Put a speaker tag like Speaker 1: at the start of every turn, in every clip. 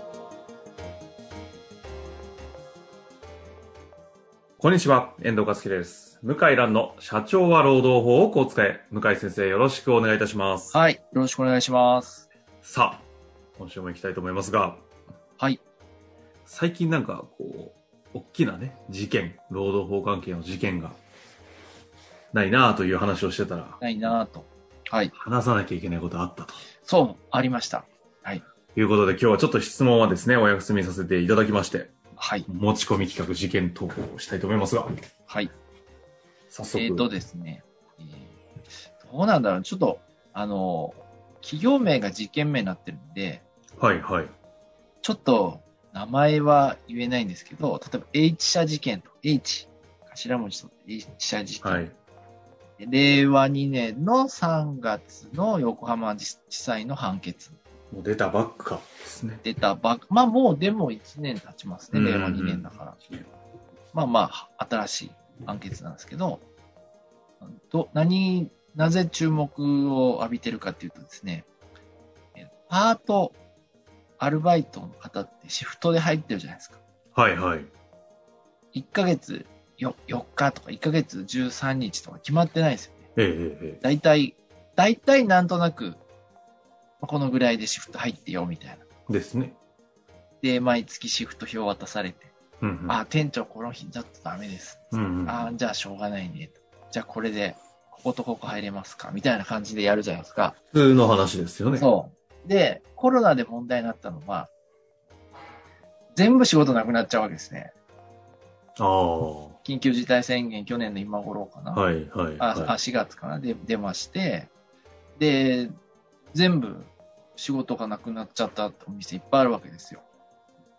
Speaker 1: こんにちは、遠藤和樹です。向井蘭の社長は労働法をこう使え。向井先生、よろしくお願いいたします。
Speaker 2: はい。よろしくお願いします。
Speaker 1: さあ、今週も行きたいと思いますが、
Speaker 2: はい。
Speaker 1: 最近なんか、こう、大きなね、事件、労働法関係の事件が、ないなあという話をしてたら、
Speaker 2: ないなぁと。はい。
Speaker 1: 話さなきゃいけないことあったと
Speaker 2: そう、ありました。
Speaker 1: いうことで、今日はちょっと質問はですね、お休みさせていただきまして、
Speaker 2: はい。
Speaker 1: 持ち込み企画事件投稿をしたいと思いますが、
Speaker 2: はい。
Speaker 1: 早
Speaker 2: え
Speaker 1: 速。
Speaker 2: っ、とですね、えーどうなんだろう。ちょっと、あの、企業名が事件名になってるんで、
Speaker 1: はいはい。
Speaker 2: ちょっと名前は言えないんですけど、例えば H 社事件と H、頭文字と H 社事件、
Speaker 1: はい。
Speaker 2: 令和2年の3月の横浜地裁の判決
Speaker 1: もう出たばっかですね。
Speaker 2: 出たばっかまあもうでも1年経ちますね、令和2年だから。まあまあ、新しい判決なんですけど、ど何、なぜ注目を浴びてるかっていうとですね、えパート、アルバイトの方ってシフトで入ってるじゃないですか。
Speaker 1: はいはい。
Speaker 2: 1ヶ月 4, 4日とか1ヶ月13日とか決まってないですよね。
Speaker 1: ええええ。
Speaker 2: 大体、大体なんとなく、このぐらいでシフト入ってよみたいな。
Speaker 1: ですね。
Speaker 2: で、毎月シフト表渡されて、
Speaker 1: うんうん、
Speaker 2: あ、店長この日ちょっとダメです。
Speaker 1: うんうん、
Speaker 2: あーじゃあしょうがないね。じゃあこれで、こことここ入れますかみたいな感じでやるじゃないですか。
Speaker 1: 普通の話ですよね。
Speaker 2: そう。で、コロナで問題になったのは、全部仕事なくなっちゃうわけですね。
Speaker 1: ああ。は
Speaker 2: 緊急事態宣言、去年の今頃かな。
Speaker 1: いはい、
Speaker 2: ああ
Speaker 1: は
Speaker 2: 4月かなで出まして、で、全部仕事がなくなっちゃったお店いっぱいあるわけですよ。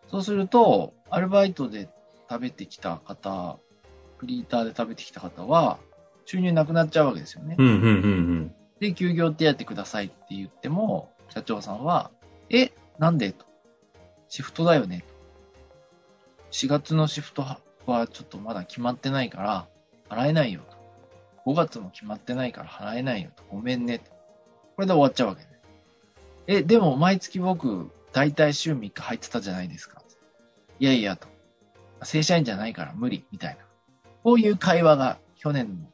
Speaker 2: そうすると、アルバイトで食べてきた方、フリーターで食べてきた方は、収入なくなっちゃうわけですよね
Speaker 1: い。う。んうんうん
Speaker 2: で、休業手当くださいって言っても、社長さんは、え、なんでと。シフトだよねと。4月のシフトははちょっとまだ決まってないから、払えないよと。5月も決まってないから払えないよと。ごめんねと。これで終わっちゃうわけね。え、でも毎月僕、だいたい週3日入ってたじゃないですか。いやいやと。正社員じゃないから無理、みたいな。こういう会話が去年の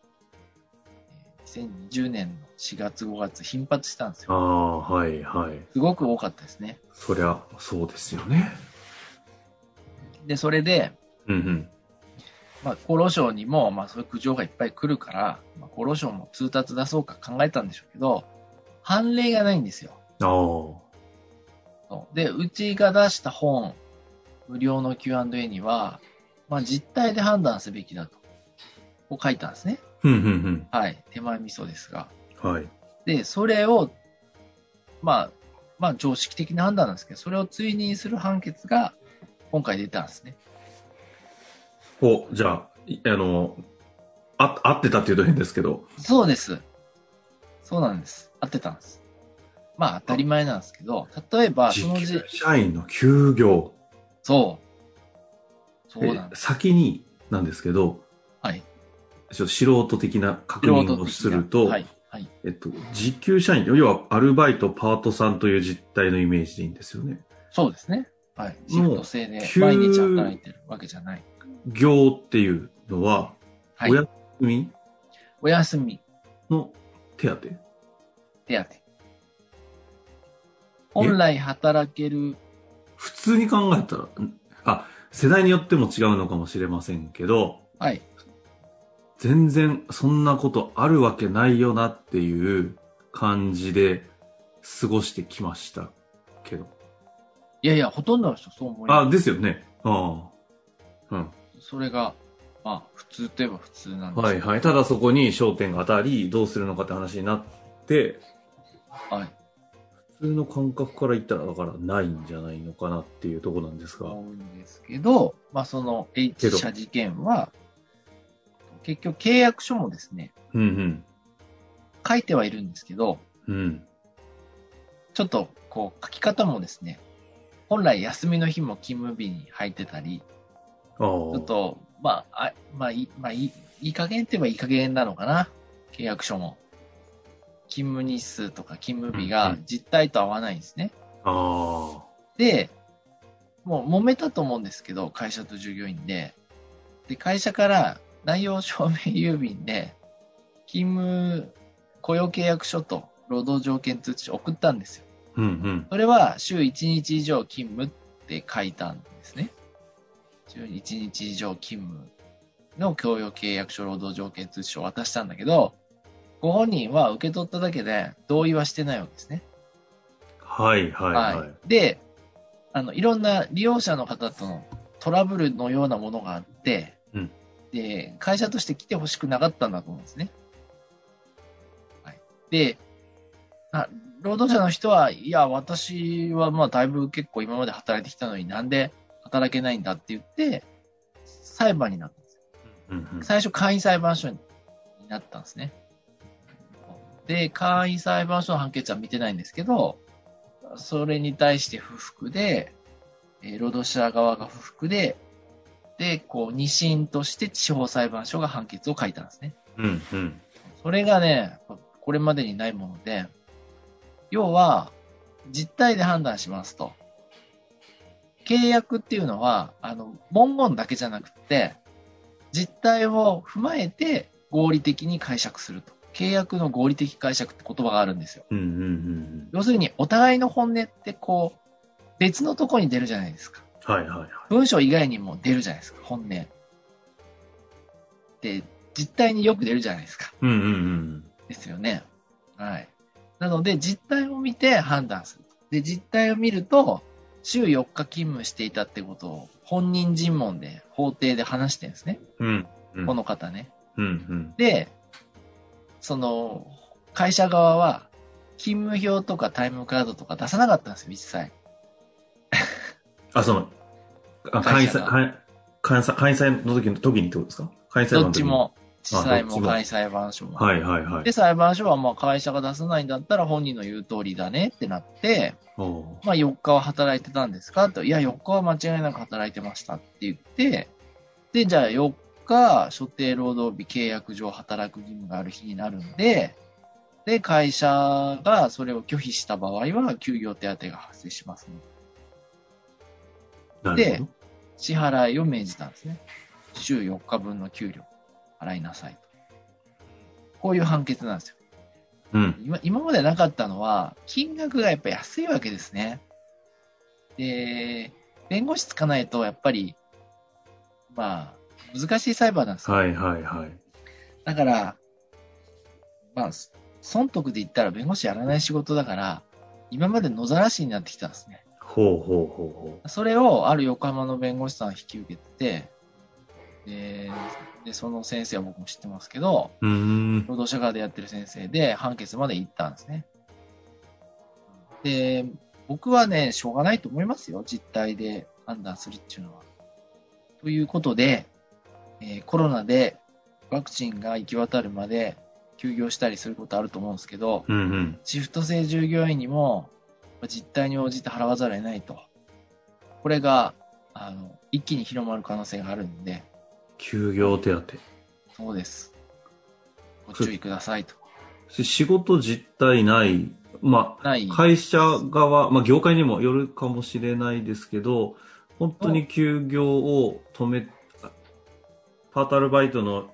Speaker 2: えー2020年の4月5月頻発したんです
Speaker 1: うん。あ
Speaker 2: よ。
Speaker 1: あ、はいはい。
Speaker 2: すごく多かったですね。
Speaker 1: そりゃ、そうですよね。
Speaker 2: で、それで、
Speaker 1: うん
Speaker 2: まあ、厚労省にも、まあ、そういう苦情がいっぱい来るから、まあ、厚労省も通達出そうか考えたんでしょうけど、判例がないんですよ。
Speaker 1: うん。ああ。
Speaker 2: そうで、うちが出した本、無料の Q&A には、まあ、実態で判断すべきだと、こう書いたんですね。
Speaker 1: うんうん
Speaker 2: はい。手前味噌ですが。
Speaker 1: うん。はい。
Speaker 2: で、それを、まあ、まあ常識的な判断なんですけど、それを追認する判決が今回出たんですね。
Speaker 1: お、じゃあ、いあの、あ、合ってたっていうと変ですけど。
Speaker 2: そうです。そうなんです。合ってたんです。まあ当たり前なんですけど、例えば、その
Speaker 1: 時
Speaker 2: 字
Speaker 1: 給、社員の休業。
Speaker 2: そう。そうなん
Speaker 1: え
Speaker 2: です。
Speaker 1: 先になんですけど、
Speaker 2: はい。
Speaker 1: ちょっと素人的な確認をすると、
Speaker 2: はい。はい。
Speaker 1: えっと、時給社員、要はアルバイト、パートさんという実態のイメージでいいんですよね。
Speaker 2: そうですね。はい。シフト制で
Speaker 1: 急
Speaker 2: 毎日働いてるわけじゃない。
Speaker 1: 業っていうのは、
Speaker 2: はい
Speaker 1: お。休み
Speaker 2: お休み
Speaker 1: の手当
Speaker 2: 手当。本来働ける、
Speaker 1: 普通に考えたら、んあ、世代によっても違うのかもしれませんけど、
Speaker 2: はい。
Speaker 1: 全然そんなことあるわけないよなっていう感じで過ごしてきましたけど。
Speaker 2: いやいや、ほとんどの人そう思います
Speaker 1: あ、ですよね。ああ。うん。
Speaker 2: それが、まあ、普通といえば普通なんです
Speaker 1: はいはい。ただそこに焦点が当たり、どうするのかって話になって、
Speaker 2: はい。
Speaker 1: 普通の感覚から言ったら、だからないんじゃないのかなっていうところなんですが。
Speaker 2: 思うんですけど、まあ、その H
Speaker 1: けど
Speaker 2: 社事件は、結局契約書もですね、
Speaker 1: うん
Speaker 2: 書いてはいるんですけど、
Speaker 1: うん。うん。
Speaker 2: ちょっとこう書き方もですね、本来休みの日も勤務日に入ってたり、
Speaker 1: ああ。
Speaker 2: ちょっと、まあ、あまあ、いい、まあ、いい、いい加減って言えばいい加減なのかな。契約書も。勤務日数とか勤務日
Speaker 1: う
Speaker 2: が
Speaker 1: んうん
Speaker 2: 実態と合わないんですね。
Speaker 1: あ
Speaker 2: で、もう揉めたと思うんですけど、会社と従業員で。で、会社から内容証明郵便で、勤務雇用契約書と労働条件通知書送ったんですよ。
Speaker 1: あ。うんうん。
Speaker 2: それは週1日以上勤務って書いたんですね。週1日以上勤務の供与契約書労働条件通知書を渡したんだけど、ご本人は受け取っただけで同意はしてないわけですね。
Speaker 1: はいはいはい。
Speaker 2: で、あの、いろんな利用者の方とのトラブルのようなものがあって、
Speaker 1: うん
Speaker 2: で、会社として来てほしくなかったんだと思うんですね。はい、で、あ労働者の人は、いや、私はまあ、だいぶ結構今まで働いてきたのになんで働けないんだって言って、裁判になったんですよ。
Speaker 1: うんうん。
Speaker 2: 最初、会員裁判所になったんですね。で、会員裁判所の判決は見てないんですけど、それに対して不服で、えー労働者側が不服で、で、こう、二審として地方裁判所が判決を書いたんですね。
Speaker 1: うんうん。
Speaker 2: それがね、これまでにないもので、要は、実態で判断しますと。契約っていうのは、あの、文言だけじゃなくて、実態を踏まえて合理的に解釈すると。契約の合理的解釈って言葉があるんですよ。
Speaker 1: うんうんうん。
Speaker 2: 要するに、お互いの本音ってこう、別のとこに出るじゃないですか。
Speaker 1: はいはいはい。
Speaker 2: 文章以外にも出るじゃないですか、本音。で、実態によく出るじゃないですか。
Speaker 1: うんうんうん。
Speaker 2: ですよね。はい。なので、実態を見て判断する。で、実態を見ると、週4日勤務していたってことを本人尋問で法廷で話してるんですね。
Speaker 1: うん。うん
Speaker 2: この方ね。
Speaker 1: うんうん。
Speaker 2: で、その、会社側は勤務表とかタイムカードとか出さなかったんですよ、一切。
Speaker 1: あ、その、あ会
Speaker 2: 会
Speaker 1: 員
Speaker 2: 社
Speaker 1: 祭、
Speaker 2: が
Speaker 1: 会会員祭、会員祭の時の時にってことですか会員祭
Speaker 2: ど
Speaker 1: の
Speaker 2: っ
Speaker 1: 時
Speaker 2: ち
Speaker 1: に。
Speaker 2: も、地裁
Speaker 1: どっ
Speaker 2: も
Speaker 1: ちも
Speaker 2: 会裁判所も。
Speaker 1: はいはいはい
Speaker 2: で、。裁判所はまあ会社が出さないんだったら本人の言う通りだねってなって、
Speaker 1: おう
Speaker 2: まあ、4日は働いてたんですかと、いや、4日は間違いなく働いてましたって言って、で、じゃあ4日、所定労働日契約上働く義務がある日になるんで、で、会社がそれを拒否した場合は、休業手当が発生します、ね。
Speaker 1: な
Speaker 2: で
Speaker 1: るほど。
Speaker 2: 支払いを命じたんですね。週4日分の給料、払いなさいと。こういう判決なんですよ。
Speaker 1: うん。
Speaker 2: 今今までなかったのは、金額がやっぱ安いわけですね。で、弁護士つかないと、やっぱり、まあ、難しい裁判なんですよ。
Speaker 1: はいはいはい。
Speaker 2: だから、まあ、そ損得で言ったら弁護士やらない仕事だから、今まで野ざらしになってきたんですね。
Speaker 1: ほうほうほうほ
Speaker 2: それをある横浜の弁護士さんが引き受けてて、で、でその先生は僕も知ってますけど、
Speaker 1: う。うーん。
Speaker 2: 労働者側でやってる先生で判決まで行ったんですね。で、僕はね、しょうがないと思いますよ。実態で判断するっていうのは。ということで、えーコロナでワクチンが行き渡るまで休業したりすることあると思うんですけど、
Speaker 1: うんうん。
Speaker 2: シフト制従業員にもまあ実態に応じて払わざるを得ないと。これが、あの、一気に広まる可能性があるんで、
Speaker 1: 休業手当。
Speaker 2: そうです。ご注意くださいと。
Speaker 1: し仕事実態ない。まあ、
Speaker 2: ない。
Speaker 1: 会社側、まあ業界にもよるかもしれないですけど、本当に休業を止め、パートアルバイトの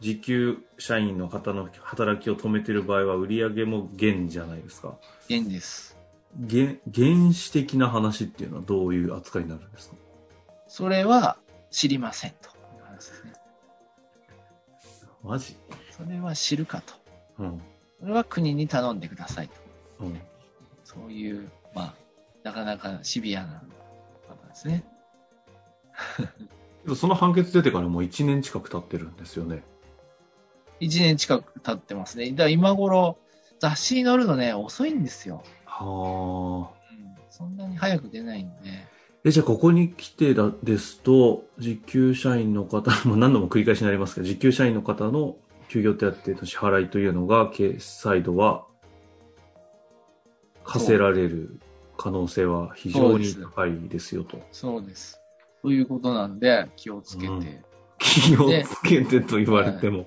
Speaker 1: 時給社員の方の働きを止めてる場合は売り上げも減じゃないですか。
Speaker 2: 現です。
Speaker 1: 減、原始的な話っていうのはどういう扱いになるんですか
Speaker 2: それは知りませんという話ですね。
Speaker 1: マジ
Speaker 2: それは知るかと。
Speaker 1: うん。
Speaker 2: それは国に頼んでくださいと。
Speaker 1: うん。
Speaker 2: そういう、まあ、なかなかシビアな方ですね。
Speaker 1: けどその判決出てからもう1年近く経ってるんですよね。
Speaker 2: 1年近く経ってますね。だから今頃、雑誌に載るのね、遅いんですよ。
Speaker 1: はあ。
Speaker 2: うんそんなに早く出ないんで、
Speaker 1: え、じゃあここに来てだですと、時給社員の方、 もう何度も繰り返しになりますけど、時給社員の方の休業手当の支払いというのが、決済度は、課せられる可能性は非常に高いですよと。
Speaker 2: そうです。ということなんで、気をつけて。
Speaker 1: うん気をつけてと言われても、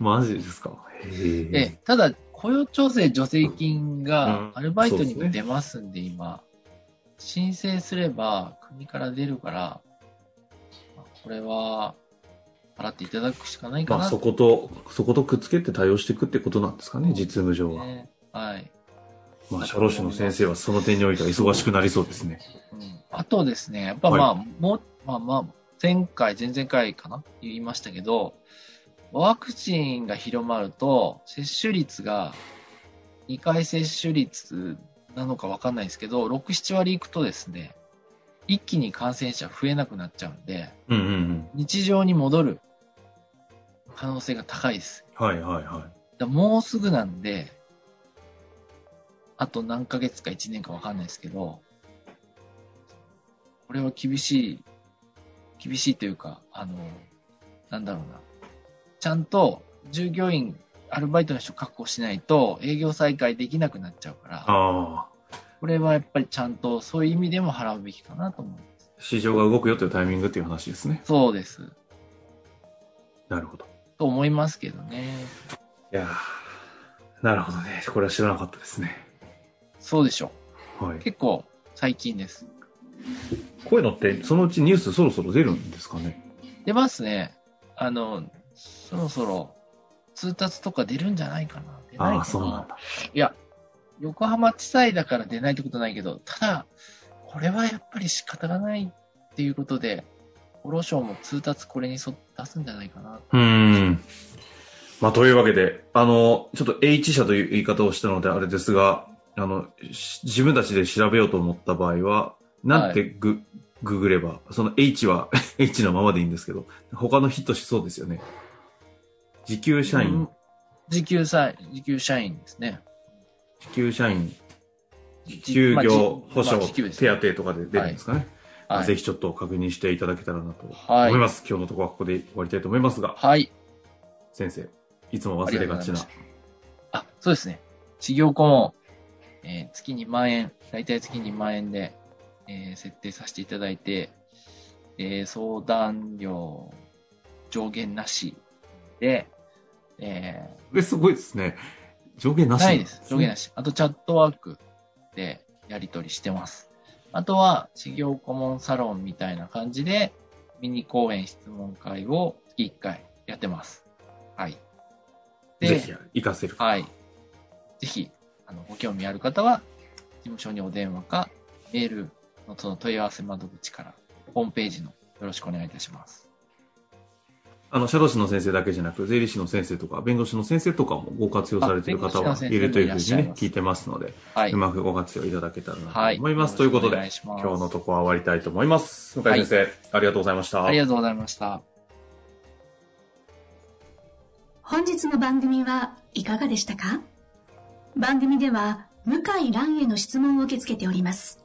Speaker 1: マジですか。へえ。
Speaker 2: で、ただ、雇用調整助成金
Speaker 1: うん
Speaker 2: がアルバイト
Speaker 1: そう
Speaker 2: に
Speaker 1: ですね
Speaker 2: も出ますんで、今。申請すれば国から出るから、まあこれは払っていただくしかないか
Speaker 1: ま
Speaker 2: な
Speaker 1: あ
Speaker 2: って
Speaker 1: そこと、そことくっつけて対応していくってことなんですかね、実務上は。
Speaker 2: ね。はい。
Speaker 1: まあ、社労士の先生はその点においては忙しくなりそうですね。
Speaker 2: うんあとですね、やっぱまあ、もう、まあまあ、前回、前々回かな言いましたけど、ワクチンが広まると、接種率が、2回接種率なのかわかんないですけど、6、7割いくとですね、一気に感染者増えなくなっちゃうんで、
Speaker 1: うんうんうん。
Speaker 2: 日常に戻る可能性が高いです。
Speaker 1: はいはいは
Speaker 2: だからもうすぐなんで、あと何ヶ月か1年かわかんないですけど、これは厳しい、厳しいというか、あの、なんだろうな。ちゃんと従業員、アルバイトの人確保しないと営業再開できなくなっちゃうか
Speaker 1: い。あ
Speaker 2: ら、
Speaker 1: あ。
Speaker 2: これはやっぱりちゃんとそういう意味でも払うべきかなと思う。
Speaker 1: 市場が動くよというタイミングっていう話ですね。
Speaker 2: そうです。
Speaker 1: なるほど。
Speaker 2: と思いますけどね。
Speaker 1: いやーなるほどね。これは知らなかったですね。
Speaker 2: そうでしょ
Speaker 1: はい。
Speaker 2: う。結構最近です。
Speaker 1: こういうのって、そのうちニュースそろそろ出るんですかね。
Speaker 2: 出ますね。あの、そろそろ通達とか出るんじゃないかな。出ないか
Speaker 1: あ
Speaker 2: な
Speaker 1: あ、そうなんだ。
Speaker 2: いや、横浜地裁だから出ないってことないけど、ただ、これはやっぱり仕方がないっていうことで、厚労省も通達これにそ出すんじゃないかな。
Speaker 1: うーん。まあ、というわけで、あの、ちょっと H 社という言い方をしたのであれですが、あの、し自分たちで調べようと思った場合は、なんてグ、ググれば、その H は H のままでいいんですけど、他のヒットしそうですよね。時給社員、
Speaker 2: うん。時給さ、時給社員ですね。
Speaker 1: 時給社員、
Speaker 2: じ
Speaker 1: 休
Speaker 2: まあじ
Speaker 1: 業保
Speaker 2: まあ
Speaker 1: 障
Speaker 2: 時給です
Speaker 1: 手当とかで出るんですかね。
Speaker 2: はい
Speaker 1: ぜひちょっと確認していただけたらなと
Speaker 2: はい
Speaker 1: 思います。今日のところはここで終わりたいと思いますが、
Speaker 2: はい。
Speaker 1: 先生、いつも忘れがちな
Speaker 2: ありがとうございま。したあ、そうですね。事業顧問、えー月2万円、大体月2万円で、えー設定させていただいて、えー相談料上限なしで、え
Speaker 1: これすごいですね。上限
Speaker 2: ー
Speaker 1: なし
Speaker 2: ないです。上限な
Speaker 1: し。
Speaker 2: し。あとチャットワークでやり取りしてます。あとは、事業顧問サロンみたいな感じで、ミニ講演質問会を月1回やってます。はい。で
Speaker 1: ぜひ、行かせる。
Speaker 2: はい。ぜひ、あの、ご興味ある方は、事務所にお電話か、メールのその問い合わせ窓口から、ホームページのよろしくお願いいたします。
Speaker 1: あの、社労士の先生だけじゃなく、税理士の先生とか、弁護士の先生とかもご活用されている方
Speaker 2: あ弁護士の
Speaker 1: は
Speaker 2: 先
Speaker 1: い
Speaker 2: 生
Speaker 1: るというふう
Speaker 2: もいらっ
Speaker 1: に
Speaker 2: しゃい
Speaker 1: ね
Speaker 2: ま、す
Speaker 1: 聞いてますので、
Speaker 2: はい。
Speaker 1: うまくご活用いただけたらな
Speaker 2: は
Speaker 1: と
Speaker 2: い。
Speaker 1: 思います。ということ
Speaker 2: よろ
Speaker 1: で、
Speaker 2: しくお願いし
Speaker 1: 今
Speaker 2: ま
Speaker 1: 日
Speaker 2: す
Speaker 1: のとこは終わりたいと思います。向井先生、ありがとうございました。
Speaker 2: ありがとうございました。
Speaker 3: 本日の番組はいかがでしたか番組では向井蘭への質問を受け付けております。